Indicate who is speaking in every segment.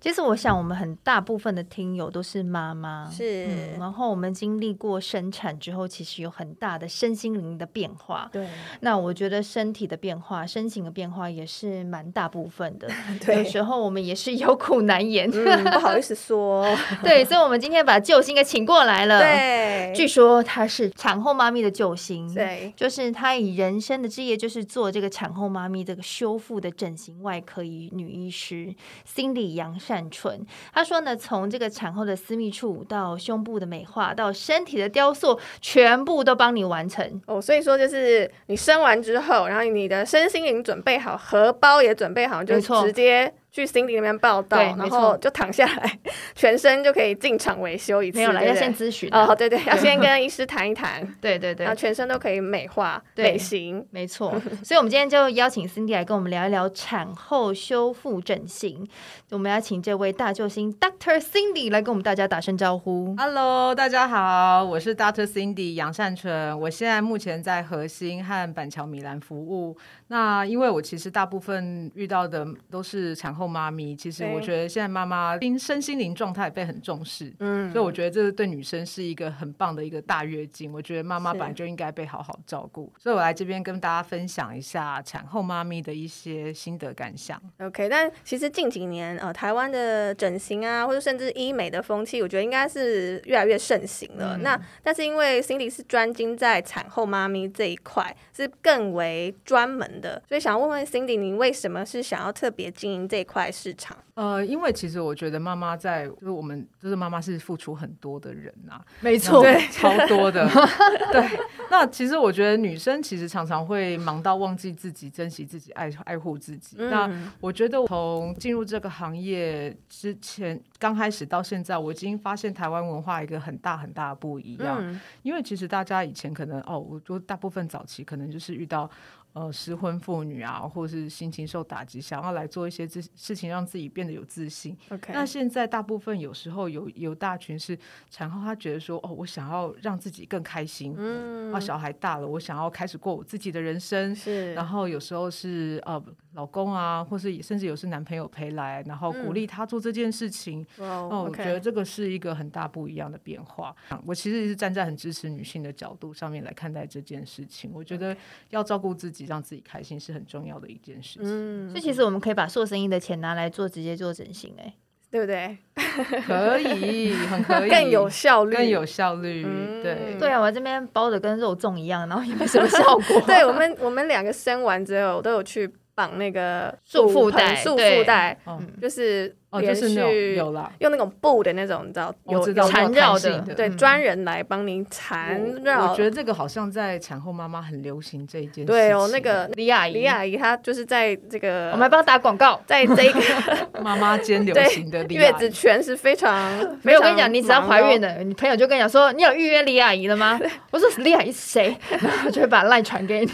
Speaker 1: 其实我想，我们很大部分的听友都是妈妈，
Speaker 2: 是
Speaker 1: 嗯然后我们经历过生产之后，其实有很大的身心灵的变化。
Speaker 2: 对
Speaker 3: 嗯
Speaker 1: 那我觉得身体的变化、身形的变化也是蛮大部分的。有
Speaker 2: 对，
Speaker 1: 时候我们也是有苦难言，
Speaker 2: 嗯，不好意思说，
Speaker 1: 对，所以我们今天把救星给请过来了。，
Speaker 2: 对，
Speaker 1: 据说她是产后妈咪的救星。。
Speaker 2: 对，
Speaker 1: 就是她以人生的职业，就是做这个产后妈咪这个修复的整形外科医女医师 Cindy 杨善纯。她说呢，从这个产后的私密处到胸部的美化，到身体的雕塑，全部都帮你完成。
Speaker 3: 哦，所以说就是你生完之后，然后你的身心灵准备好，荷包也准备好，就
Speaker 1: 没错
Speaker 3: 直接去 Cindy 那边报到，
Speaker 1: 对没
Speaker 3: 然
Speaker 1: 错
Speaker 3: 后就躺下来，全身就可以进场维修一次。
Speaker 1: 没有啦，
Speaker 3: 对
Speaker 1: 要
Speaker 3: 不对
Speaker 1: 先咨询啊。
Speaker 3: 哦，对对，要先跟医师谈一谈，
Speaker 1: 对 对对
Speaker 3: 然后，全身都可以美化
Speaker 1: 对
Speaker 3: 美型。
Speaker 1: 没错，所以我们今天就邀请 Cindy 来跟我们聊一聊产后修复整形。我们要请这位大救星 Doctor Cindy 来跟我们大家打声招呼。
Speaker 4: Hello，大家好，我是 Dr. Cindy 杨善纯，我现在目前在核心和板桥米兰服务。那因为我其实大部分遇到的都是产后妈咪，其实
Speaker 3: 对
Speaker 4: 我觉得现在妈妈因身心灵状态被很重视，
Speaker 3: 嗯
Speaker 4: 所以我觉得这对女生是一个很棒的一个大跃进。我觉得妈妈
Speaker 3: 是
Speaker 4: 本来就应该被好好照顾，所以我来这边跟大家分享一下产后妈咪的一些心得感想。
Speaker 3: OK，但其实近几年呃，台湾的整形啊，或者甚至医美的风气，我觉得应该是越来越盛行了。
Speaker 4: 嗯
Speaker 3: 那但是因为 Cindy 是专精在产后妈咪这一块，是更为专门的，所以想问问 Cindy，你为什么是想要特别经营这一块市场？
Speaker 4: 呃，因为其实我觉得妈妈在就是我们就是妈妈是付出很多的人啊，
Speaker 1: 没
Speaker 4: 对， 超 多的。对，那其实我觉得女生其实常常会忙到忘记自己、珍惜自己、爱爱护自己。那
Speaker 3: 嗯
Speaker 4: 我觉得从进入这个行业之前，刚开始到现在，我已经发现台湾文化一个很大很大的不一样。
Speaker 3: 嗯，
Speaker 4: 因为其实大家以前可能哦，我就大部分早期可能就是遇到呃失婚妇女啊，或是心情受打击，想要来做一些自事情，让自己变得有自信。
Speaker 3: OK，
Speaker 4: 那现在大部分有时候有有大群是产后，他觉得说哦，我想要让自己更开心，
Speaker 3: 嗯
Speaker 4: 啊，小孩大了，我想要开始过我自己的人生。
Speaker 3: 是，
Speaker 4: 然后有时候是呃老公啊，或是甚至有是男朋友陪来，然后鼓
Speaker 3: 嗯
Speaker 4: 励他做这件事情。
Speaker 3: 哇
Speaker 4: 哦，
Speaker 3: 哦
Speaker 4: 我
Speaker 3: OK
Speaker 4: 觉得这个是一个很大不一样的变化。我其实是站在很支持女性的角度上面来看待这件事情。我觉得要照顾自己，让自己开心是很重要的一件事情。
Speaker 3: 嗯
Speaker 1: 就，其实我们可以把做生意的钱拿来做直接做整形、欸，
Speaker 3: 对不对？
Speaker 4: 可以，很可以，
Speaker 3: 更有效率，
Speaker 4: 更有效率。
Speaker 3: 嗯。
Speaker 4: 对，
Speaker 1: 对啊，我这边包的跟肉粽一样，然后也没什么效果
Speaker 3: 对 我们，我们两个生完之后都有去绑那个
Speaker 1: 束
Speaker 3: 骨
Speaker 1: 缚带
Speaker 3: 盆束
Speaker 1: 对
Speaker 3: 缚带，
Speaker 4: 哦
Speaker 1: 嗯
Speaker 3: 就是
Speaker 4: 哦，就
Speaker 3: 连
Speaker 4: 是那种
Speaker 3: 续
Speaker 4: 有啦，
Speaker 3: 用那种布的那种，你知道
Speaker 4: 我
Speaker 3: 有
Speaker 4: 知道
Speaker 3: 有
Speaker 1: 缠
Speaker 4: 那种
Speaker 1: 绕
Speaker 4: 弹性
Speaker 1: 的
Speaker 4: 的
Speaker 3: 对
Speaker 1: 嗯
Speaker 3: 专人来帮你缠
Speaker 4: 我
Speaker 3: 绕。
Speaker 4: 我觉得这个好像在产后妈妈很流行这一件事情。
Speaker 3: 对哦，那个
Speaker 1: 李阿姨，
Speaker 3: 李阿姨她就是在这个
Speaker 1: 我们来帮她打广告。
Speaker 3: 在 这个
Speaker 4: 妈妈 间流行的例
Speaker 3: 月
Speaker 4: 外
Speaker 3: 子圈是非常
Speaker 1: 没有，我跟你讲，你只要怀孕
Speaker 3: 的，哦
Speaker 1: 了，你朋友就跟你讲说，你有预约李阿姨了 吗？我说李阿姨是谁？然后就会把赖传给你。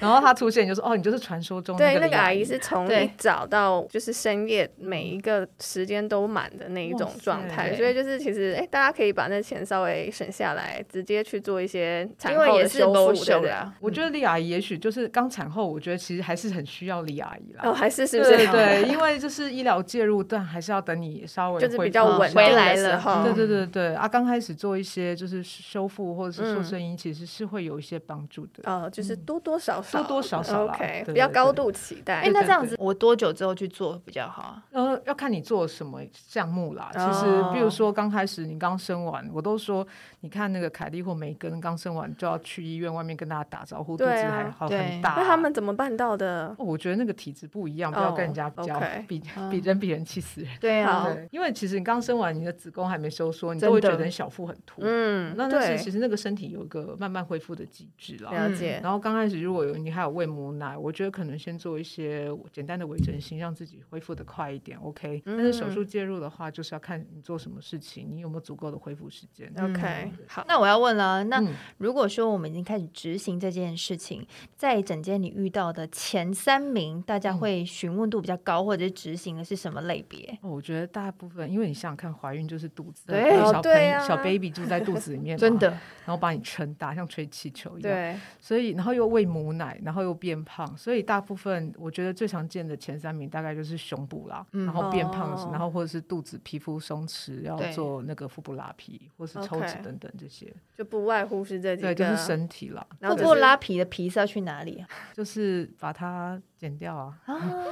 Speaker 4: 然后她出现就是哦，你就是传说中
Speaker 3: 对
Speaker 4: 那
Speaker 3: 那个
Speaker 4: 个
Speaker 3: 阿姨是从
Speaker 1: 对
Speaker 3: 一早到就是深夜每一个时间都满的那一种
Speaker 4: 哇塞
Speaker 3: 状态，
Speaker 1: 对
Speaker 3: 所以就是其实哎、大家可以把那钱稍微省下来，直接去做一些啊产
Speaker 1: 因为
Speaker 3: 后
Speaker 1: 也
Speaker 3: 的嗯
Speaker 1: 是
Speaker 3: 修复，
Speaker 1: low
Speaker 3: 对
Speaker 1: 秀
Speaker 3: 不对？
Speaker 1: 啦，
Speaker 4: 我觉得李阿姨也许就是刚产后，我觉得其实还是很需要李阿姨啦。
Speaker 3: 哦，还是是
Speaker 4: 对
Speaker 3: 不是？哦
Speaker 4: 对对，因为就是医疗介入，但还是要等你稍微
Speaker 3: 就是
Speaker 4: 恢
Speaker 3: 比
Speaker 4: 复
Speaker 3: 较
Speaker 1: 哦
Speaker 3: 稳
Speaker 1: 回
Speaker 3: 定嗯
Speaker 1: 来
Speaker 3: 的时
Speaker 1: 了
Speaker 3: 候
Speaker 4: 对对对对啊，刚开始做一些就是修复或者
Speaker 3: 嗯
Speaker 4: 是做声音，其实是会有一些帮助的。嗯
Speaker 3: 哦，就是多多少少，
Speaker 4: 多多少少啦
Speaker 3: OK，
Speaker 4: 对
Speaker 3: 不要
Speaker 4: 对
Speaker 3: 高
Speaker 4: 对
Speaker 3: 度期待。
Speaker 1: 哎，那这样子，我多久之后去做比较好啊？
Speaker 4: 呃，要看你做什么项目啦。其实
Speaker 3: 哦，
Speaker 4: 比如说刚开始你刚生完，我都说，你看那个凯莉或梅根刚生完就要去医院外面跟大家打招呼，肚
Speaker 3: 对
Speaker 4: 子
Speaker 3: 啊
Speaker 4: 还好
Speaker 1: 对
Speaker 4: 很大。
Speaker 3: 那他们怎么办到的？
Speaker 4: 哦，我觉得那个体质不一样，不要跟人家比较
Speaker 3: 哦，OK，
Speaker 4: 比
Speaker 1: 嗯
Speaker 4: 比人比人气死人。
Speaker 1: 对啊
Speaker 3: 好，
Speaker 4: 对，因为其实你刚生完，你的子宫还没收缩，你
Speaker 1: 真
Speaker 4: 都会觉
Speaker 1: 的
Speaker 4: 得你小腹很凸。
Speaker 3: 嗯，
Speaker 4: 那但
Speaker 3: 对
Speaker 4: 是，嗯其实那个身体有一个慢慢恢复的机制啦。
Speaker 3: 了解。
Speaker 4: 然后刚开始如果有你还有喂母奶，我觉得可能先做一些简单的微整形，让自己恢复的快一点。OK，推。但是手术介入的话，就是要看你做什么事情，你有没有足够的恢复时间。
Speaker 3: OK，好，
Speaker 1: 那我要问了，那
Speaker 4: 嗯
Speaker 1: 如果说我们已经开始执行这件事情，在整间你遇到的前三名，大家会询问度比较高，或者是执行的是什么类别？
Speaker 4: 哦，我觉得大部分，因为你想想看，怀孕就是肚子，
Speaker 1: 对
Speaker 4: 有
Speaker 3: 哦
Speaker 4: 小朋
Speaker 3: 对
Speaker 4: 友、小
Speaker 3: 啊
Speaker 4: baby 住在肚子里面，
Speaker 1: 真，的，
Speaker 4: 然后把你撑大，像吹气球一样。
Speaker 3: 对，
Speaker 4: 所以，然后又喂母奶，然后又变胖，所以大部分我觉得最常见的前三名大概就是胸部啦，然后变胖，
Speaker 3: 哦
Speaker 4: 然后或者是肚子皮肤松弛，要
Speaker 1: 对
Speaker 4: 做那个腹部拉皮或是抽
Speaker 3: OK
Speaker 4: 脂等等这些。
Speaker 3: 就不外乎是这几个，
Speaker 4: 对，就是身体啦，
Speaker 3: 然
Speaker 1: 腹
Speaker 3: 后只
Speaker 1: 部
Speaker 3: 是
Speaker 1: 拉皮的皮是要去哪里啊？
Speaker 4: 就是把它剪掉啊，
Speaker 1: 啊，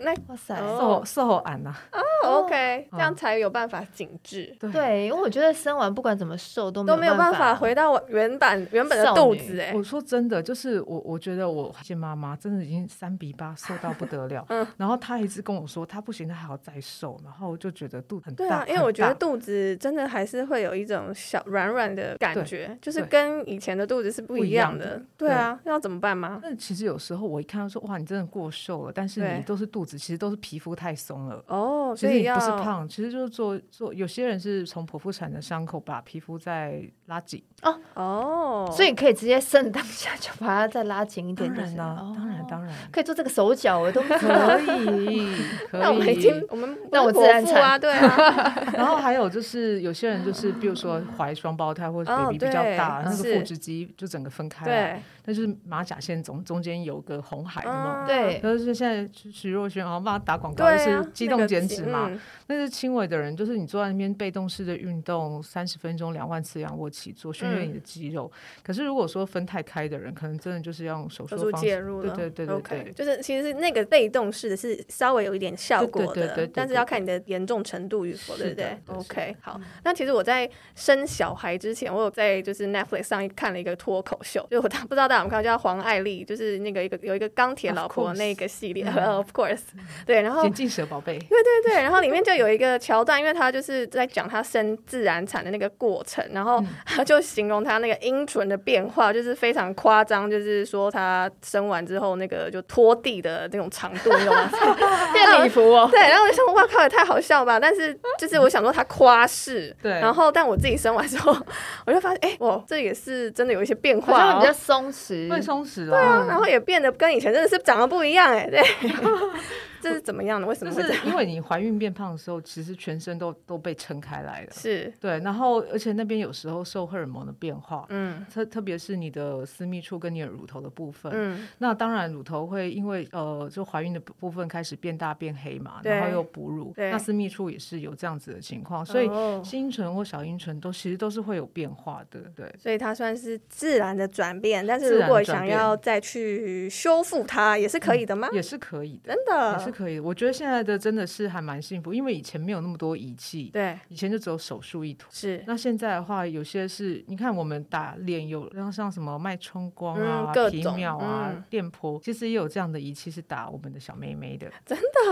Speaker 3: 那
Speaker 1: 哇塞！
Speaker 3: 哦
Speaker 4: 瘦瘦啊俺呐，
Speaker 3: 哦 OK，这样
Speaker 4: 嗯
Speaker 3: 才有办法紧致。
Speaker 4: 对。
Speaker 1: 对，因为我觉得生完不管怎么瘦都
Speaker 3: 都没
Speaker 1: 没
Speaker 3: 有
Speaker 1: 办
Speaker 3: 办法回到我原版原本的
Speaker 1: 少
Speaker 3: 肚
Speaker 1: 女
Speaker 3: 子哎、
Speaker 4: 我说真的，就是我，我觉得我见妈妈真的已经三比八瘦到不得了，
Speaker 3: 嗯
Speaker 4: 然后她一直跟我说她不行，她还要再瘦，然后我就觉得肚子很大，
Speaker 3: 对啊，因为
Speaker 4: 很
Speaker 3: 我觉得
Speaker 4: 大
Speaker 3: 肚子真的还是会有一种小软软的感
Speaker 4: 对
Speaker 3: 觉，就是
Speaker 4: 对
Speaker 3: 跟以前的肚子是不
Speaker 4: 不
Speaker 3: 一
Speaker 4: 一
Speaker 3: 样
Speaker 4: 样
Speaker 3: 的
Speaker 4: 的。
Speaker 3: 对啊，那要怎么办吗？
Speaker 4: 那其实有时候我一看到说哇，你真的过瘦了，但是
Speaker 3: 对
Speaker 4: 你都是肚子，其实都是皮肤太松了。
Speaker 3: 哦，
Speaker 4: 其
Speaker 3: 所
Speaker 4: 实
Speaker 3: 以
Speaker 4: 你
Speaker 3: 要
Speaker 4: 不是胖，其实就是做做，有些人是从剖腹产的伤口把皮肤再拉紧。
Speaker 3: 哦，
Speaker 1: 所以可以直接剩当下就把它再拉紧一点
Speaker 4: 当
Speaker 1: 点，
Speaker 4: 然啦、当
Speaker 3: 哦
Speaker 4: 然
Speaker 1: 然
Speaker 4: 当然
Speaker 1: 可以做这个手脚，我都 不知道。
Speaker 4: 可以 可以。
Speaker 3: 那我们已经嗯
Speaker 4: 嗯
Speaker 3: 我们不
Speaker 1: 那
Speaker 3: 是
Speaker 1: 我自
Speaker 3: 果
Speaker 1: 然
Speaker 3: 腹
Speaker 1: 产
Speaker 3: 啊，对 啊，
Speaker 4: 然后还有就是有些人就是，比如说怀双胞胎或者
Speaker 3: 哦
Speaker 4: baby 比较
Speaker 3: 对
Speaker 4: 大，那个
Speaker 3: 是
Speaker 4: 腹直肌就整个分开来，
Speaker 3: 对，
Speaker 4: 但是马甲线中中间有个红海，有没有
Speaker 3: 嗯
Speaker 1: 对，
Speaker 4: 然后就是现在徐徐若瑄，然后帮她打广告，
Speaker 3: 对
Speaker 4: 就
Speaker 3: 啊，
Speaker 4: 是机
Speaker 3: 那
Speaker 4: 动
Speaker 3: 个
Speaker 4: 减
Speaker 3: 肌
Speaker 4: 脂嘛，
Speaker 3: 嗯
Speaker 4: 那是轻微的人，就是你坐在那边被动式的运动，三十分钟两万次仰卧起坐，训练你
Speaker 3: 嗯
Speaker 4: 的肌肉。可是如果说分太开的人，可能真的就是要用手
Speaker 3: 手
Speaker 4: 术
Speaker 3: 术
Speaker 4: 方
Speaker 3: 介
Speaker 4: 式。
Speaker 3: 入
Speaker 4: 对
Speaker 3: 了，
Speaker 4: 对对对
Speaker 3: OK，
Speaker 4: 对
Speaker 3: 就是其实是那个被动式的是稍微有一点效果的，
Speaker 4: 对对对对对
Speaker 3: 但是要看你的严重程度与否，
Speaker 4: 是
Speaker 3: 对不
Speaker 4: 的
Speaker 3: 对
Speaker 4: 对是的嗯
Speaker 3: ？OK，好，那其实我在生小孩之前，我有在就是 Netflix 上看了一个脱口秀，就我 大不知道大家有没有看过，叫黄爱丽，就是那个一个有一个钢铁
Speaker 4: Of
Speaker 3: 老婆
Speaker 4: course 嗯
Speaker 3: 那个系列 ，Of course，对，然后
Speaker 4: 眼镜蛇宝 贝，
Speaker 3: 对对，然后里面就有一个桥段，因为他就是在讲他生自然产的那个过程，然后 他就形容他那个阴唇的变化，就是非常夸张，就是说他生完之后那个就拖地的那种长度，你懂吗？
Speaker 1: 变礼服哦，
Speaker 3: 对，然后我就想，哇靠，也太好笑了吧！但是就是我想说他夸饰，
Speaker 4: 对
Speaker 3: 然后但我自己生完之后，我就发现，哎、我这也是真的有一些变
Speaker 1: 好
Speaker 3: 化、
Speaker 1: 像
Speaker 3: 哦，
Speaker 1: 比较松弛。
Speaker 4: 会松弛啊。
Speaker 3: 然后也变得跟以前真的是长得不一样、哎，对，这是怎么样的？为什
Speaker 4: 就
Speaker 3: 么会这样？
Speaker 4: 是因为你怀孕变胖的时候，其实全身都都被撑开来了。
Speaker 3: 是，
Speaker 4: 对，然后而且那边有时候受荷尔蒙的变化，
Speaker 3: 嗯
Speaker 4: 特特别是你的私密处跟你的乳头的部分，
Speaker 3: 嗯。
Speaker 4: 那当然，乳头会因为呃，就怀孕的部分开始变大变黑嘛，
Speaker 3: 对
Speaker 4: 然后又哺乳，
Speaker 3: 对
Speaker 4: 那私密处也是有这样子的情况，所以
Speaker 3: 哦
Speaker 4: 新唇或小阴唇都其实都是会有变化的，对。
Speaker 3: 所以它算是自然的转变，但是
Speaker 4: 自
Speaker 3: 如
Speaker 4: 然
Speaker 3: 果
Speaker 4: 的转
Speaker 3: 想
Speaker 4: 变嗯
Speaker 3: 要再去修复它，也是可以的吗？嗯
Speaker 4: 也是可以的，
Speaker 3: 真
Speaker 4: 也是
Speaker 3: 的，
Speaker 4: 可以的。我觉得现在的真的是还蛮幸福，因为以前没有那么多仪器，
Speaker 3: 对，
Speaker 4: 以前就只有手术一图。
Speaker 3: 是，
Speaker 4: 那现在的话，有些是你看我们打脸有像像什么脉冲光啊
Speaker 3: 嗯、各
Speaker 4: 皮
Speaker 3: 种
Speaker 4: 秒啊、
Speaker 3: 嗯
Speaker 4: 电波，其实也有这样的仪器是打我们的小妹妹的。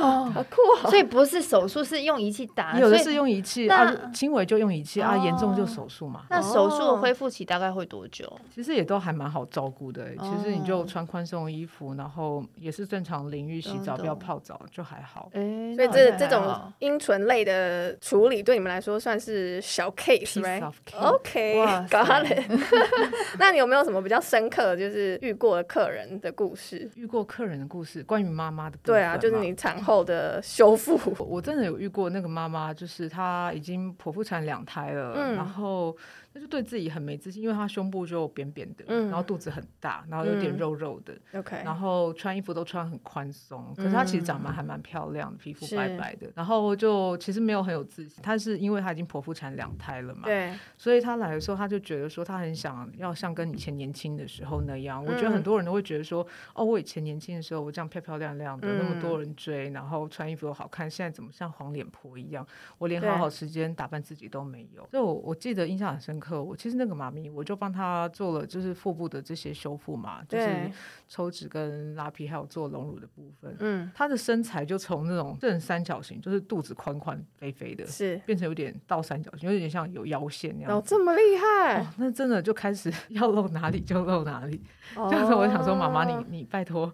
Speaker 1: 哦，
Speaker 3: 好酷哦，
Speaker 1: 所以不是手术，是用仪器
Speaker 3: 啊
Speaker 1: 打。
Speaker 4: 有的
Speaker 1: 所
Speaker 4: 是
Speaker 1: 以
Speaker 4: 用仪器
Speaker 1: 那
Speaker 4: 啊，轻微就用仪器啊，严重就
Speaker 1: 哦
Speaker 4: 手术嘛。
Speaker 1: 那手术恢复期大概会多久？
Speaker 4: 其实也都还蛮好照顾的欸、其实你
Speaker 1: 哦
Speaker 4: 就穿宽松的衣服，然后也是正常淋浴、洗
Speaker 1: 懂
Speaker 4: 澡，不要
Speaker 1: 懂
Speaker 4: 泡澡就还好。
Speaker 1: 哎，
Speaker 3: 所以
Speaker 1: 那
Speaker 3: 这
Speaker 1: 好像
Speaker 3: 这
Speaker 1: 还
Speaker 3: 种
Speaker 4: 哦
Speaker 1: 好
Speaker 3: 阴唇类的处理对你们来说算是小
Speaker 4: Piece
Speaker 3: case，right？
Speaker 4: of cake
Speaker 3: OK，
Speaker 1: 哇
Speaker 3: 搞
Speaker 1: 塞
Speaker 3: 那你有没有什么比较深刻，就是遇过的客人的故事？
Speaker 4: 遇过客人的故事，关于妈妈的部
Speaker 3: 对啊，
Speaker 4: 分
Speaker 3: 就是
Speaker 4: 嘛
Speaker 3: 你产后的修复。
Speaker 4: 我我真的有遇过那个妈妈，就是她已经剖腹产两胎了，
Speaker 3: 嗯
Speaker 4: 然后她就对自己很没自信，因为她胸部就扁扁的，
Speaker 3: 嗯
Speaker 4: 然后肚子很大，然后有点
Speaker 3: 嗯
Speaker 4: 肉肉的，
Speaker 3: OK，
Speaker 4: 然后穿衣服都穿很宽松，可是她其实长得还蛮漂亮的，皮肤
Speaker 3: 嗯是
Speaker 4: 白白的，然后就其实没有很有自信，她是因为她已经剖腹产两胎了嘛，
Speaker 3: 对，
Speaker 4: 所以她来的时候她就觉得说她很想要像跟以前年轻的时候那样，我觉得
Speaker 3: 嗯
Speaker 4: 很多人都会觉得说，哦，我以前年轻的时候我这样漂漂亮亮的，
Speaker 3: 嗯
Speaker 4: 那么多人追，然后穿衣服又好看，现在怎么像黄脸婆一样，我连
Speaker 3: 对
Speaker 4: 好好时间打扮自己都没有。所以我我记得印象很深刻，我其实那个妈咪我就帮她做了就是腹部的这些修复嘛，就是
Speaker 3: 对
Speaker 4: 抽脂跟拉皮，还有做隆乳的部分。
Speaker 3: 嗯，
Speaker 4: 她的身材就从那种正三角形，就是肚子宽宽肥肥的，
Speaker 3: 是，
Speaker 4: 变成有点倒三角形，有点像有腰线那
Speaker 3: 哦
Speaker 4: 样，子。
Speaker 3: 这么厉害
Speaker 4: 哦，，那 真的就开始要露哪里就露哪里，
Speaker 3: 就 哦
Speaker 4: 就是我想说，妈妈你你拜托，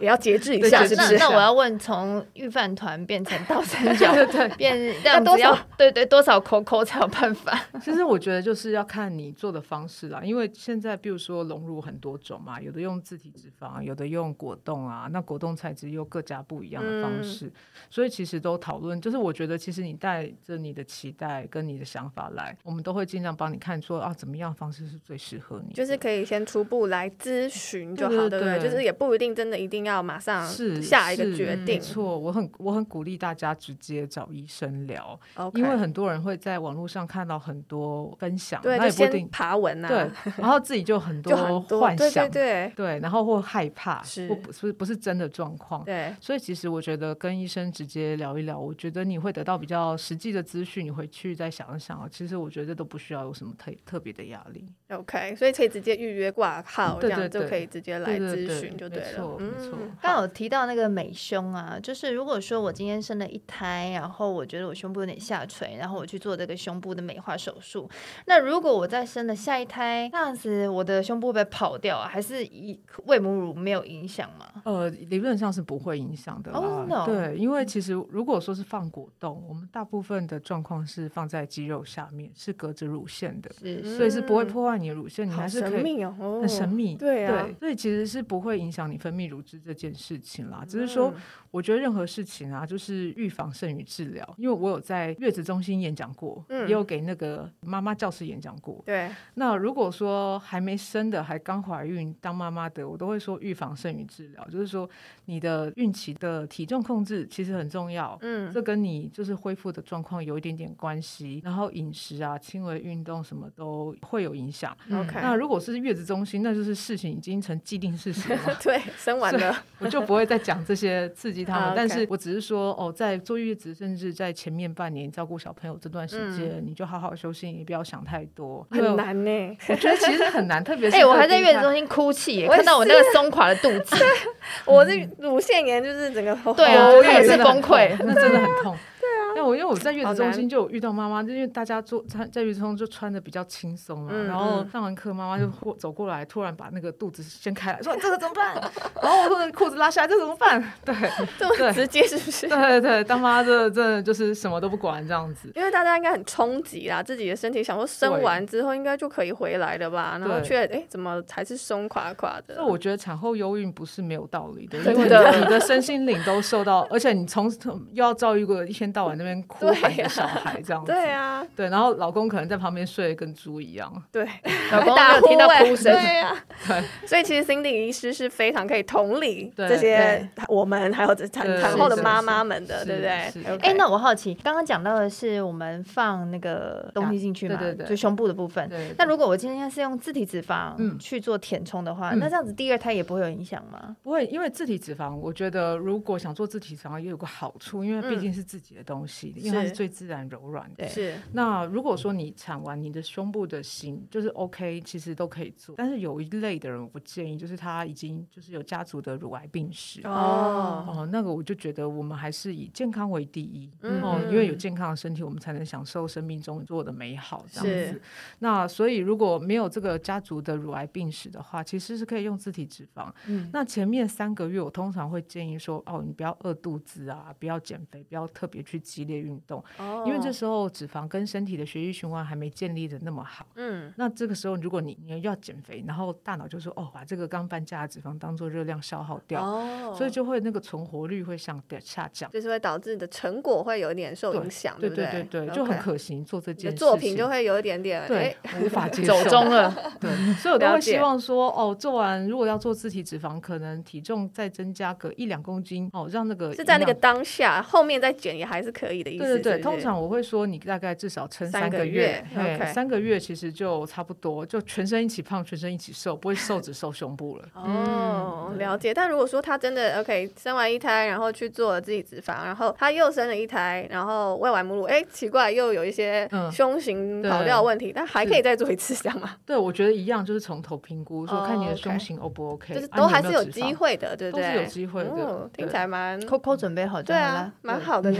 Speaker 3: 也要节制一下，
Speaker 4: 对
Speaker 3: 是不
Speaker 1: 那
Speaker 3: 是？
Speaker 1: 那我要问，从预饭团变成 倒三角，
Speaker 4: 对对，
Speaker 1: 变这样
Speaker 3: 那多
Speaker 1: 子
Speaker 3: 少
Speaker 1: 要对对多少口口才有办法？
Speaker 4: 其实我觉得就是要看你做的方式啦，因为现在比如说融入很多种嘛，有的用自体脂肪，有的用果冻啊，那果冻材质又各家不一样的
Speaker 3: 嗯
Speaker 4: 方式，所以其实都讨论。就是我觉得其实你带着你的期待跟你的想法来，我们都会尽量帮你看说啊怎么样方式是最适合你的。
Speaker 3: 就是可以先初步来咨询就好，对
Speaker 4: 对对
Speaker 3: 不对？
Speaker 4: 对
Speaker 3: 就是也不一定真的一定要马上
Speaker 4: 是
Speaker 3: 下一个
Speaker 4: 是
Speaker 3: 决
Speaker 4: 没
Speaker 3: 定。
Speaker 4: 错，我很我很鼓励大家直接找医生聊，
Speaker 3: OK，
Speaker 4: 因为很多人会在网络上看到很多分享，
Speaker 3: 对，
Speaker 4: 那
Speaker 3: 就
Speaker 4: 也不一
Speaker 3: 先
Speaker 4: 定
Speaker 3: 爬文啊，
Speaker 4: 对，然后自己就很
Speaker 3: 就很多
Speaker 4: 幻
Speaker 3: 对
Speaker 4: 想，
Speaker 3: 对对
Speaker 4: 对，然后或害怕，
Speaker 3: 是
Speaker 4: 或不是不是真的状况。
Speaker 3: 对，
Speaker 4: 所以其实我觉得跟医生直接聊一聊，我觉得你会得到比较实际的资讯，你回去再想一想。啊其实我觉得都不需要有什么特特别的压力，
Speaker 3: OK，所以可以直接预约挂号，这
Speaker 4: 对对
Speaker 3: 样就
Speaker 4: 对
Speaker 3: 可以直接来
Speaker 4: 对对
Speaker 3: 咨
Speaker 4: 对
Speaker 3: 询就
Speaker 4: 没
Speaker 3: 对了
Speaker 4: 错。没错
Speaker 3: 嗯，
Speaker 1: 刚刚有提到那个美胸啊，就是如果说我今天生了一胎，然后我觉得我胸部有点下垂，然后我去做这个胸部的美化手术，那如果我再生了下一胎，那样子我的胸部会被跑掉啊，还是以喂母乳没有影响吗？
Speaker 4: 呃，理论上是不会影响的啦。
Speaker 1: 哦真的哦
Speaker 4: 对，因
Speaker 3: 嗯
Speaker 4: 为其实如果说是放果冻，我们大部分的状况是放在肌肉下面，是隔着乳腺的，
Speaker 1: 是
Speaker 3: 嗯
Speaker 1: 是
Speaker 4: 所以是不会破坏你的乳腺，你
Speaker 3: 好
Speaker 4: 还是
Speaker 3: 神
Speaker 4: 可以
Speaker 3: 秘哦，哦
Speaker 4: 很神秘，
Speaker 3: 对啊
Speaker 4: 所以其实是不会影响你分泌乳汁这件事情啦。只是说，
Speaker 3: 嗯
Speaker 4: 我觉得任何事情啊，就是预防胜于治疗。因为我有在月子中心演讲过，
Speaker 3: 嗯
Speaker 4: 也有给那个妈妈教室演讲过。
Speaker 3: 对，
Speaker 4: 那如果说还没生的，还刚怀孕当妈妈的，我都会说预防胜于治疗，就是说你的孕期的体重控制其实很重要。
Speaker 3: 嗯，
Speaker 4: 这跟你就是恢复的状况有一点点关系，然后饮食啊、轻微运动什么都会有影响。
Speaker 1: 嗯
Speaker 3: OK。
Speaker 4: 那如果是月子中心，那就是事情已经成既定事实了嘛
Speaker 3: 对，生完
Speaker 4: 所以
Speaker 3: 了，
Speaker 4: 我就不会再讲这些刺激他
Speaker 3: 啊
Speaker 4: 们，
Speaker 3: ，OK
Speaker 4: 但是我只是说，哦，在坐月子，甚至在前面半年照顾小朋友这段时间，你就好好休息，你不要想太多，因
Speaker 3: 嗯
Speaker 4: 为
Speaker 3: 很难呢。
Speaker 4: 我觉得其实很难，特别是
Speaker 1: 哎、我还在
Speaker 4: 特地哦
Speaker 1: 月子
Speaker 4: 看
Speaker 1: 中心哭泣耶，
Speaker 3: 我也
Speaker 1: 看到我那个松垮的肚子，
Speaker 3: 我这
Speaker 4: 嗯
Speaker 3: 乳腺炎就是整个
Speaker 1: 对啊
Speaker 3: 哦
Speaker 1: 我
Speaker 4: 那
Speaker 1: 也是
Speaker 4: 真的很
Speaker 1: 崩溃
Speaker 4: 痛那真的很痛。 对啊，那我因为我在月
Speaker 3: 好
Speaker 4: 子中
Speaker 3: 难
Speaker 4: 心就有遇到妈妈，就因为大家做在在月子中就穿的比较轻松嘛，
Speaker 3: 嗯
Speaker 4: 然后
Speaker 3: 嗯
Speaker 4: 上完课妈妈就或走过来，突然把那个肚子掀开来，说这个怎么办？然后我说裤子拉下来，这怎么办？ 对
Speaker 3: 这么
Speaker 4: 对
Speaker 3: 直接是不是？
Speaker 4: 对对，当妈的真的就是什么都不管这样子。
Speaker 3: 因为大家应该很冲击啦，自己的身体想说生
Speaker 4: 对
Speaker 3: 完之后应该就可以回来了吧，然后
Speaker 4: 对
Speaker 3: 却哎怎么还是松垮垮的
Speaker 4: 那？我觉得产后忧郁不是没有道理的，因
Speaker 3: 真
Speaker 4: 为你
Speaker 3: 的
Speaker 4: 你的身心灵都受到，而且你从又要遭遇过一天到晚那边哭
Speaker 3: 对
Speaker 4: 喊
Speaker 3: 啊
Speaker 4: 的小孩这 样子，
Speaker 3: 对啊，
Speaker 4: 对，然后老公可能在旁边睡得跟猪一样，
Speaker 3: 对，
Speaker 1: 老 公
Speaker 3: 大哎
Speaker 1: 有听到哭声，
Speaker 3: 对呀、
Speaker 4: 哎对
Speaker 3: 所以其实心理医师是非常可以同理
Speaker 4: 对
Speaker 3: 这些我们还有这产
Speaker 4: 对
Speaker 3: 产后的
Speaker 4: 是
Speaker 3: 妈妈们的，
Speaker 4: 是
Speaker 3: 对不
Speaker 4: 是
Speaker 3: 对？
Speaker 1: 哎、
Speaker 3: 哎，
Speaker 1: 那我好奇，刚刚讲到的是我们放那个东西进去嘛，
Speaker 4: 啊对对对
Speaker 1: 就胸部的部分。
Speaker 4: 对
Speaker 1: 那如果我今天是用自体脂肪
Speaker 4: 嗯
Speaker 1: 去做填充的话，
Speaker 4: 嗯
Speaker 1: 那这样子第二胎也不会有影响吗？
Speaker 4: 不会，因为自体脂肪，我觉得如果想做自体脂肪，也有个好处，因为毕竟是自己的东西，因为它
Speaker 3: 是
Speaker 4: 嗯是最自然柔软的
Speaker 1: 对。
Speaker 3: 是
Speaker 4: 那如果说你产完你的胸部的型就是 OK，其实都可以做，但是有一类的人我不建议，就是他已经就是有家族的乳癌病史。哦
Speaker 3: 哦，
Speaker 4: 那个我就觉得我们还是以健康为第一，
Speaker 3: 嗯
Speaker 4: 哦，因为有健康的身体，我们才能享受生命中所有的美好，这样
Speaker 3: 是
Speaker 4: 子。那所以如果没有这个家族的乳癌病史的话，其实是可以用自体脂肪，
Speaker 1: 嗯，
Speaker 4: 那前面三个月，我通常会建议说，哦，你不要饿肚子啊，不要减肥，不要特别去激烈运动，
Speaker 3: 哦
Speaker 4: 因为这时候脂肪跟身体的血液循环还没建立的那么好。
Speaker 3: 嗯
Speaker 4: 那这个时候，如果你你要减肥，然后大脑就说，哦，把这个刚搬家的脂肪当做热量消耗掉，
Speaker 3: 哦，
Speaker 4: 所以就会那个存活率会上下降。
Speaker 3: 就是会导致你的成果会有一点受
Speaker 4: 对
Speaker 3: 影响，
Speaker 4: 对
Speaker 3: 不
Speaker 4: 对对，就很
Speaker 3: OK
Speaker 4: 可惜做这
Speaker 3: 你的
Speaker 4: 件事情。
Speaker 3: 作品就会有一点点
Speaker 4: 对
Speaker 3: 哎，
Speaker 4: 无法接
Speaker 1: 走
Speaker 4: 受。
Speaker 1: 中 了，
Speaker 4: 对，所以我都
Speaker 3: 了
Speaker 4: 会
Speaker 3: 解
Speaker 4: 希望说，哦，做完如果要做自体脂肪，可能体重再增加个一两公斤，哦，让那个
Speaker 3: 是在那
Speaker 4: 营
Speaker 3: 个
Speaker 4: 养
Speaker 3: 当下，后面再减也还是可以的意思。
Speaker 4: 对对对，
Speaker 3: 是不
Speaker 4: 通
Speaker 3: 是
Speaker 4: 常我会说你大概至少撑
Speaker 3: 三
Speaker 4: 三
Speaker 3: 个
Speaker 4: 个
Speaker 3: 月
Speaker 4: 月，嘿
Speaker 3: OK
Speaker 4: 三个月其实就差不多，就全身一起胖，全身一起瘦，不会瘦只瘦胸部了。
Speaker 3: 哦，
Speaker 4: 嗯
Speaker 3: 了解。但如果说她真的 OK，生完一胎，然后去做了自己脂肪，然后她又生了一胎，然后喂完母乳，哎，奇怪，又有一些
Speaker 4: 嗯
Speaker 3: 胸型
Speaker 4: 对
Speaker 3: 跑掉的问题，但还可以再做一次，这样吗？
Speaker 4: 对，我觉得一样，就是从头评估，说看你
Speaker 3: 哦
Speaker 4: 的
Speaker 3: ，OK
Speaker 4: 胸型 O 不 OK，
Speaker 3: 就是
Speaker 4: 啊
Speaker 3: 都
Speaker 4: 你
Speaker 3: 还
Speaker 4: 没
Speaker 3: 是
Speaker 4: 有
Speaker 3: 有
Speaker 4: 脂
Speaker 3: 机
Speaker 4: 肪
Speaker 3: 会的，对不
Speaker 4: 都
Speaker 3: 对？
Speaker 4: 是有机会的
Speaker 3: 哦，
Speaker 4: 对
Speaker 3: 听起来蛮
Speaker 1: 扣扣准备好就
Speaker 3: 对
Speaker 1: 好了
Speaker 3: 啊。，蛮好的呢。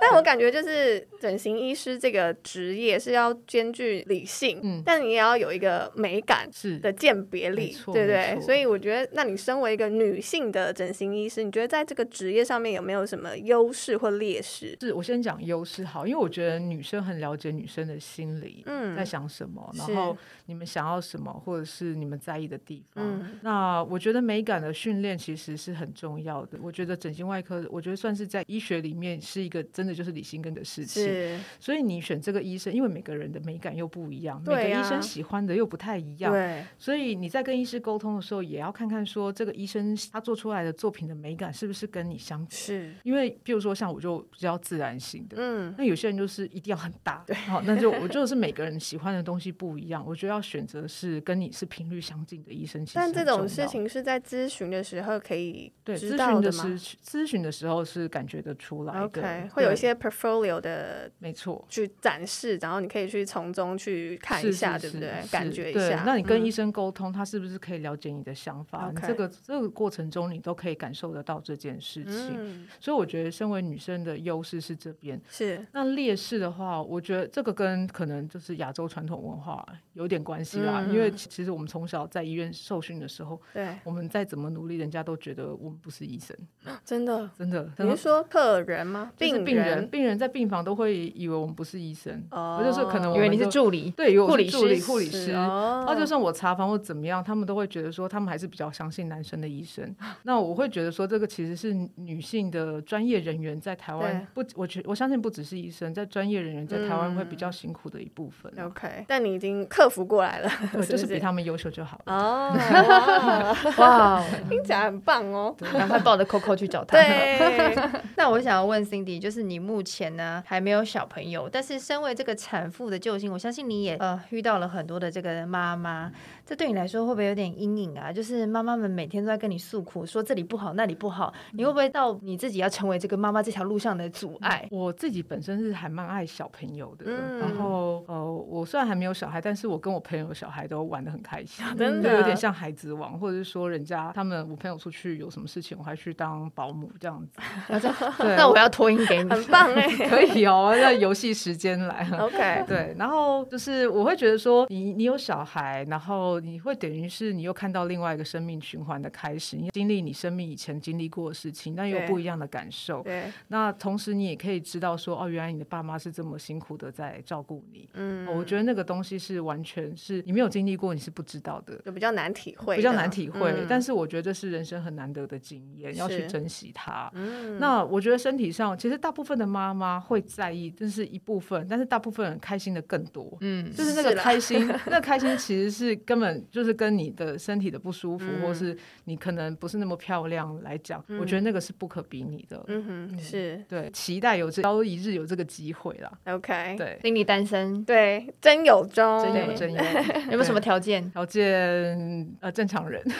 Speaker 3: 但我感觉就是整形医师这个职业是要兼具理性，
Speaker 4: 嗯
Speaker 3: 但你也要有一个美感
Speaker 4: 是
Speaker 3: 的鉴别
Speaker 4: 没
Speaker 3: 力，
Speaker 4: 错
Speaker 3: 对不
Speaker 4: 没
Speaker 3: 对？
Speaker 4: 错
Speaker 3: 所以我觉得，那你身为一个女性的整形医师，你觉得在这个职业上面有没有什么优势或劣势？
Speaker 4: 是我先讲优势好，因为我觉得女生很了解女生的心理，
Speaker 3: 嗯
Speaker 4: 在想什么，然
Speaker 3: 是
Speaker 4: 后你们想要什么，或者是你们在意的地方。
Speaker 3: 嗯
Speaker 4: 那我觉得美感的训练其实是很重要的。我觉得整形外科，我觉得算是在医学里面是一个真的就是理性跟的事情。
Speaker 3: 是，
Speaker 4: 所以你选这个医生，因为每个人的美感又不一样，每个
Speaker 3: 对呀啊
Speaker 4: 医生喜欢的又不太一样。
Speaker 3: 对，
Speaker 4: 所以你在跟医师沟通的时候，也要看看说这个医生他做出来的作品的美感是不是跟你相符。
Speaker 3: 是，
Speaker 4: 因为比如说像我就比较自然型的，
Speaker 3: 嗯，
Speaker 4: 那有些人就是一定要很大，好，那就我就是每个人喜欢的东西不一样，我觉得要选择是跟你是频率相近的医生。其实
Speaker 3: 但这
Speaker 4: 很重
Speaker 3: 种
Speaker 4: 要
Speaker 3: 事情是在咨询的时候可以
Speaker 4: 对
Speaker 3: 知
Speaker 4: 咨
Speaker 3: 道
Speaker 4: 询的
Speaker 3: 吗
Speaker 4: 时咨询的时候是感觉得出来的
Speaker 3: ？OK，会有一
Speaker 4: 对
Speaker 3: 些 portfolio 的
Speaker 4: 没错。
Speaker 3: 去展示，然后你可以去从中去看一下，
Speaker 4: 是是
Speaker 3: 对不对？
Speaker 4: 是
Speaker 3: 感
Speaker 4: 是
Speaker 3: 觉一
Speaker 4: 对
Speaker 3: 下。
Speaker 4: 那你跟医
Speaker 3: 嗯
Speaker 4: 生沟通，他是不是可以了解你的想法？你
Speaker 3: OK
Speaker 4: 这个这个过程中，你都可以感受得到这件事情。
Speaker 3: 嗯
Speaker 4: 所以我觉得，身为女生的优势是这边。
Speaker 3: 是
Speaker 4: 那劣势的话，我觉得这个跟可能就是亚洲传统文化有点关系啦，
Speaker 3: 嗯
Speaker 4: 因为其其实我们从小在医院受训的时候，
Speaker 3: 对，
Speaker 4: 我们再怎么努力，人家都觉得我们不是医生，
Speaker 3: 真的。
Speaker 4: 真的。
Speaker 3: 你是说客人吗？
Speaker 4: 就是
Speaker 3: 病
Speaker 4: 病人，病人在病房都会以为我们不是医生，
Speaker 3: 哦
Speaker 4: 就是可啊能
Speaker 3: 以
Speaker 4: 我
Speaker 1: 因
Speaker 4: 们
Speaker 1: 为你是
Speaker 4: 就
Speaker 1: 助理，
Speaker 4: 对，以为我
Speaker 1: 护
Speaker 4: 是
Speaker 1: 理
Speaker 4: 助理
Speaker 1: 师
Speaker 4: 护理
Speaker 3: 是
Speaker 4: 师。
Speaker 3: 哦
Speaker 4: 然后就算我查房或怎么样，他们都会觉得说，他们还是比较相信男生的医生。那我会觉得说，这个其实是女性的专业人员在台湾不，我觉我相信不只是医生，在专业人员在台湾会比较
Speaker 3: 嗯
Speaker 4: 辛苦的一部分啊、
Speaker 3: OK，但你已经克服过来了，
Speaker 4: 对，就是
Speaker 3: 不
Speaker 4: 比他们优秀就好了。
Speaker 3: 哦，哇
Speaker 1: 哇 哦，
Speaker 3: 听起来很棒哦。
Speaker 1: 赶快抱着 Coco 去找他。
Speaker 3: 对，
Speaker 1: 那我想要问 Cindy，就是你目前呢还没有小朋友，但是身为这个产妇的救星，我相信你也呃遇到了很多的这个妈妈，这对你来说会不会有点阴影啊？就是妈妈们每天都在跟你诉苦，说这里不好那里不好，你会不会到你自己要成为这个妈妈这条路上的阻碍？
Speaker 4: 我自己本身是还蛮爱小朋友的，
Speaker 3: 嗯
Speaker 4: 然后呃，我虽然还没有小孩，但是我跟我朋友小孩都玩的很开心，
Speaker 3: 真
Speaker 4: 就
Speaker 3: 的
Speaker 4: 有点像孩子王，或者是说人家他们我朋友出去有什么事情，我还去当保姆这样子。 对
Speaker 1: 那我要托音给你。
Speaker 3: 很棒哎。
Speaker 4: 可以哦，那游戏时间来。
Speaker 3: OK，
Speaker 4: 对，然后就是我会觉得说你，你有小孩，然后你会等于是你又看到另外一个生命循环的开始，你经历你生命以前经历过的事情，但有
Speaker 3: 对
Speaker 4: 不一样的感受。
Speaker 3: 对，
Speaker 4: 那同时你也可以知道说，哦，原来你的爸妈是这么辛苦的在照顾你。哦
Speaker 3: 嗯，
Speaker 4: 我觉得那个东西是完全是你没有经历过，你是不知道的。
Speaker 3: 就比较难体会的，
Speaker 4: 比较难体会，
Speaker 3: 嗯
Speaker 4: 但是我觉得是人生很难得的经验，要去
Speaker 3: 是
Speaker 4: 珍惜它。
Speaker 3: 嗯
Speaker 4: 那我觉得身体上，其实大部分的妈妈会在意，这是一部分，但是大部分人开心的更多。
Speaker 1: 嗯，
Speaker 4: 就是那
Speaker 3: 是
Speaker 4: 个
Speaker 3: 啦
Speaker 4: 开心，那个开心其实是根本就是跟你的身体的不舒服，
Speaker 3: 嗯
Speaker 4: 或是你可能不是那么漂亮来讲，我觉得那个是不可比拟的。
Speaker 3: 嗯哼，是
Speaker 4: 对，期待有这朝一日有这个机会啦。
Speaker 3: OK，
Speaker 4: 对，
Speaker 1: Cindy 单身，
Speaker 3: 哎对，真有中，
Speaker 4: 真有真有，
Speaker 1: 有没有什么条件？
Speaker 4: 条件呃正常人
Speaker 3: 嗯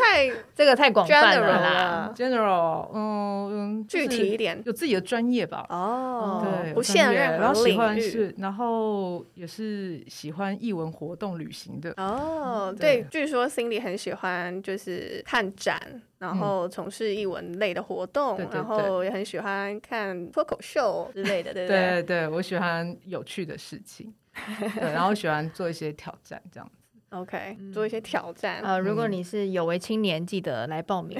Speaker 3: 太
Speaker 1: 这个太广泛
Speaker 3: general
Speaker 1: 了啦。
Speaker 3: 了，
Speaker 4: general，嗯，嗯
Speaker 3: 具
Speaker 4: 就是
Speaker 3: 体一点
Speaker 4: 有自己的专业吧。
Speaker 3: 哦
Speaker 4: 对，有
Speaker 3: 不
Speaker 4: 专
Speaker 3: 限
Speaker 4: 业
Speaker 3: 任
Speaker 4: 然
Speaker 3: 何
Speaker 4: 后喜
Speaker 3: 领
Speaker 4: 欢
Speaker 3: 域。
Speaker 4: 是，然后也是喜欢艺文活动、旅行的。
Speaker 3: 哦，
Speaker 4: 嗯对
Speaker 3: 对，据说 Cindy 很喜欢就是看展，然后从事艺文类的活动，
Speaker 4: 嗯对对
Speaker 3: 然后也很喜欢看脱口秀之类的，对不
Speaker 4: 对对，我喜欢有趣的事情，对，然后喜欢做一些挑战，这样。
Speaker 3: o k
Speaker 4: 嗯
Speaker 3: 做一些挑战。
Speaker 4: 啊
Speaker 1: 呃，如果你是有为青年，记得来报名。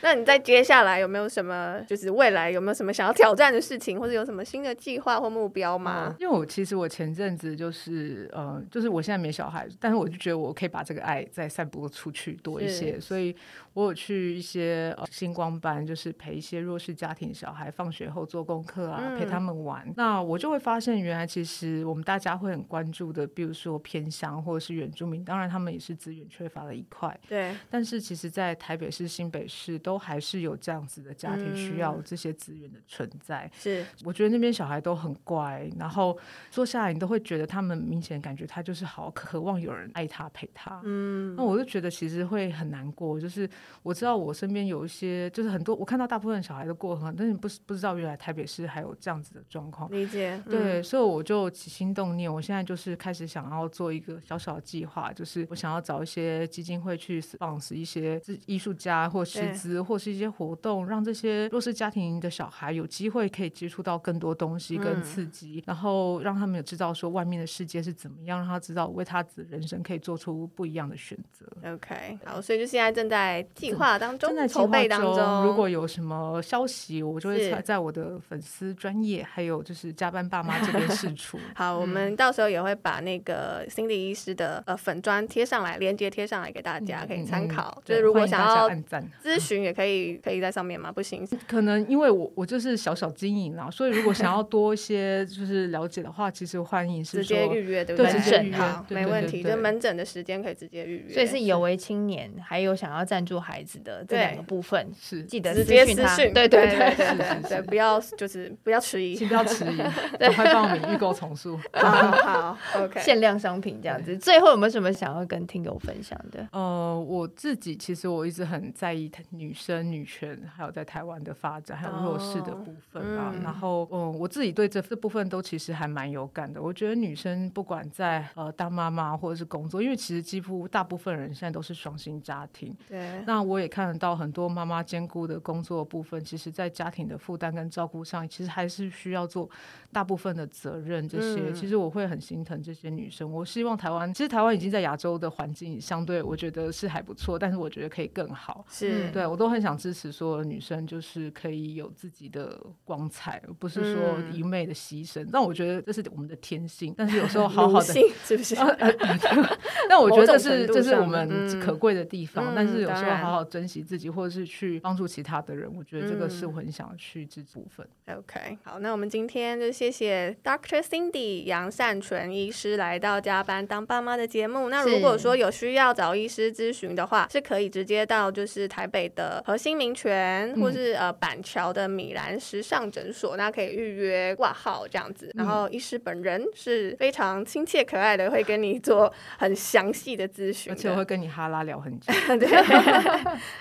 Speaker 3: 那你在接下来有没有什么，就是未来有没有什么想要挑战的事情，或者有什么新的计划或目标吗？
Speaker 4: 因为我其实我前阵子就是，呃，就是我现在没小孩，但是我就觉得我可以把这个爱再散播出去多一些，所以我有去一些、呃、星光班，就是陪一些弱势家庭小孩放学后做功课啊，陪
Speaker 3: 嗯
Speaker 4: 他们玩。那我就会发现，原来其实我们大家会很关注的，比如说偏乡或者是原住民，当然他们也是资源缺乏的一块，
Speaker 3: 对，
Speaker 4: 但是其实，在台北市、新北市都还是有这样子的家庭需要这些资源的存在。
Speaker 3: 是
Speaker 4: 我觉得那边小孩都很乖，然后坐下来你都会觉得他们明显感觉他就是好渴望有人爱他陪他。嗯，那我就觉得其实会很难过，就是我知道我身边有一些，就是很多我看到大部分小孩都过得很好，但是不是不知道原来台北市还有这样子的状况。
Speaker 3: 理解，
Speaker 4: 对，所以我就起心动念，我现在就是开始想要做一个小小的计划，就是我想要找一些基金会去 sponsor 一些自艺术家或师
Speaker 3: 对
Speaker 4: 资子或是一些活动，让这些弱势家庭的小孩有机会可以接触到更多东西
Speaker 3: 嗯
Speaker 4: 跟刺激，然后让他们有知道说外面的世界是怎么样，让他知道为他自己的人生可以做出不一样的选择。
Speaker 3: 嗯 OK，好，所以就现在正在计划当中
Speaker 4: 正，在计
Speaker 3: 筹
Speaker 4: 划
Speaker 3: 备当中。
Speaker 4: 如果有什么消息，我就会
Speaker 3: 是
Speaker 4: 在在我的粉丝专业，还有就是加班爸妈这边试出。
Speaker 3: 好，我
Speaker 4: 嗯
Speaker 3: 们到时候也会把那个心理医师的呃粉砖贴上来，链接贴上来给大家，可以参考。
Speaker 4: 嗯
Speaker 3: 就是
Speaker 4: 对
Speaker 3: 如
Speaker 4: 欢
Speaker 3: 果
Speaker 4: 迎
Speaker 3: 想
Speaker 4: 大家
Speaker 3: 要
Speaker 4: 按赞，
Speaker 3: 咨询，也可以可以在上面吗？不行，
Speaker 4: 可能因为我我就是小小经营啦，所以如 果想要多一些就是了解的话，其实欢迎是
Speaker 3: 直接
Speaker 4: 说
Speaker 3: 预约，对不
Speaker 4: 对
Speaker 3: 对？
Speaker 1: 直接预
Speaker 4: 约
Speaker 3: 好，
Speaker 4: 对
Speaker 3: 没
Speaker 4: 对
Speaker 3: 问
Speaker 4: 对
Speaker 3: 题。
Speaker 4: 对
Speaker 3: 就门诊的时间可以直接预约，
Speaker 1: 所以是有为青年，还有想要赞助孩子的这
Speaker 3: 对
Speaker 1: 两个部分，
Speaker 4: 是，
Speaker 1: 记得
Speaker 3: 直接
Speaker 1: 私
Speaker 3: 私
Speaker 1: 讯他
Speaker 3: 讯，
Speaker 1: 对
Speaker 3: 对
Speaker 1: 对对，
Speaker 3: 对对
Speaker 4: 是
Speaker 3: 对
Speaker 4: 是
Speaker 3: 对，
Speaker 4: 是
Speaker 3: 不要就是不要 迟疑
Speaker 4: 请。不要迟 疑，赶快帮我们预购重塑。
Speaker 3: 好好好 ，OK，
Speaker 1: 限量商品这样子。最后有没有什么想要跟听友分享的？
Speaker 4: 呃，我自己其实我一直很在意女生、女权，还有在台湾的发展，还有弱势的
Speaker 3: 哦
Speaker 4: 部分啊。
Speaker 3: 嗯
Speaker 4: 然后，嗯，我自己对这这部分都其实还蛮有感的。我觉得女生不管在呃当妈妈或者是工作，因为其实几乎大部分人现在都是双薪家庭，
Speaker 3: 对，
Speaker 4: 那我也看得到很多妈妈兼顾的工作部分，其实在家庭的负担跟照顾上，其实还是需要做大部分的责任。这些、
Speaker 3: 嗯
Speaker 4: 其实我会很心疼这些女生。我希望台湾，其实台湾已经在亚洲的环境相对，我觉得是还不错，但是我觉得可以更好。
Speaker 3: 是
Speaker 1: 嗯，
Speaker 4: 对，我都很想支持所有女生，就是可以有自己的光彩，而不是说
Speaker 3: 嗯
Speaker 4: 一昧的牺牲。但我觉得这是我们的天性，但是有时候好好 呃
Speaker 3: 奴
Speaker 4: 的
Speaker 3: 性是不是？
Speaker 4: 但我觉
Speaker 3: 某
Speaker 4: 得这
Speaker 3: 种程
Speaker 4: 是
Speaker 3: 度
Speaker 4: 这是
Speaker 3: 上
Speaker 4: 我们
Speaker 3: 嗯
Speaker 4: 可贵的地方，
Speaker 3: 嗯
Speaker 4: 但是有
Speaker 3: 当
Speaker 4: 时候
Speaker 3: 然
Speaker 4: 好好珍惜自己，或者是去帮助其他的人，我觉得这个
Speaker 3: 嗯
Speaker 4: 是我很想去支持部分。
Speaker 3: OK，好，那我们今天就谢谢 Dr. Cindy 杨善纯医师来到加班当爸妈的节目。那如果说有需要找医师咨询的话，是可以直接到就是台北的核心民权，
Speaker 4: 嗯
Speaker 3: 或是呃板桥的米兰时尚诊所，那可以预约挂号这样子。
Speaker 1: 嗯
Speaker 3: 然后医师本人是非常亲切可爱的，会跟你做很详细的咨询的。
Speaker 4: 而且我会跟你哈拉聊很 久，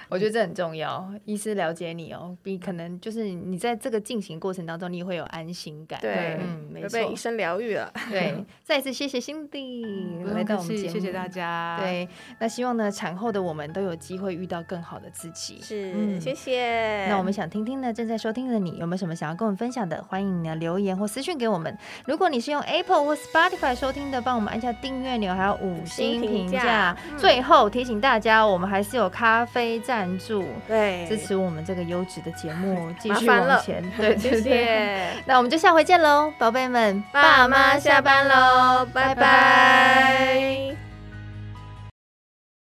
Speaker 1: 我觉得这很重要，医师了解你哦，比可能就是你在这个进行过程当中，你会有安心感。
Speaker 3: 对
Speaker 1: 嗯，没
Speaker 3: 会
Speaker 1: 错
Speaker 3: 被医，生疗愈了。
Speaker 1: 对。 嗯再一次谢谢 Cindy 来到我们节目，
Speaker 4: 谢谢大。家，，
Speaker 1: 对，那希望呢，产后的我们都有机会遇到更好的自己。
Speaker 3: 是，
Speaker 1: 嗯
Speaker 3: 谢谢。
Speaker 1: 那我们想听听呢，正在收听的你有没有什么想要跟我们分享的？欢迎你的留言或私讯给我们。如果你是用 Apple 或 Spotify 收听的，帮我们按下订阅钮，还有五星评
Speaker 3: 评
Speaker 1: 价
Speaker 3: 价。嗯
Speaker 1: 最后提醒大家，我们还是有咖啡赞助，
Speaker 3: 对，
Speaker 1: 支持我们这个优质的节 目继续
Speaker 3: 麻烦
Speaker 1: 往
Speaker 3: 了
Speaker 1: 前。对
Speaker 3: 谢
Speaker 1: 对对。
Speaker 3: 谢。
Speaker 1: 那我们就下回见喽，宝贝们，
Speaker 3: 爸妈下班喽，拜拜。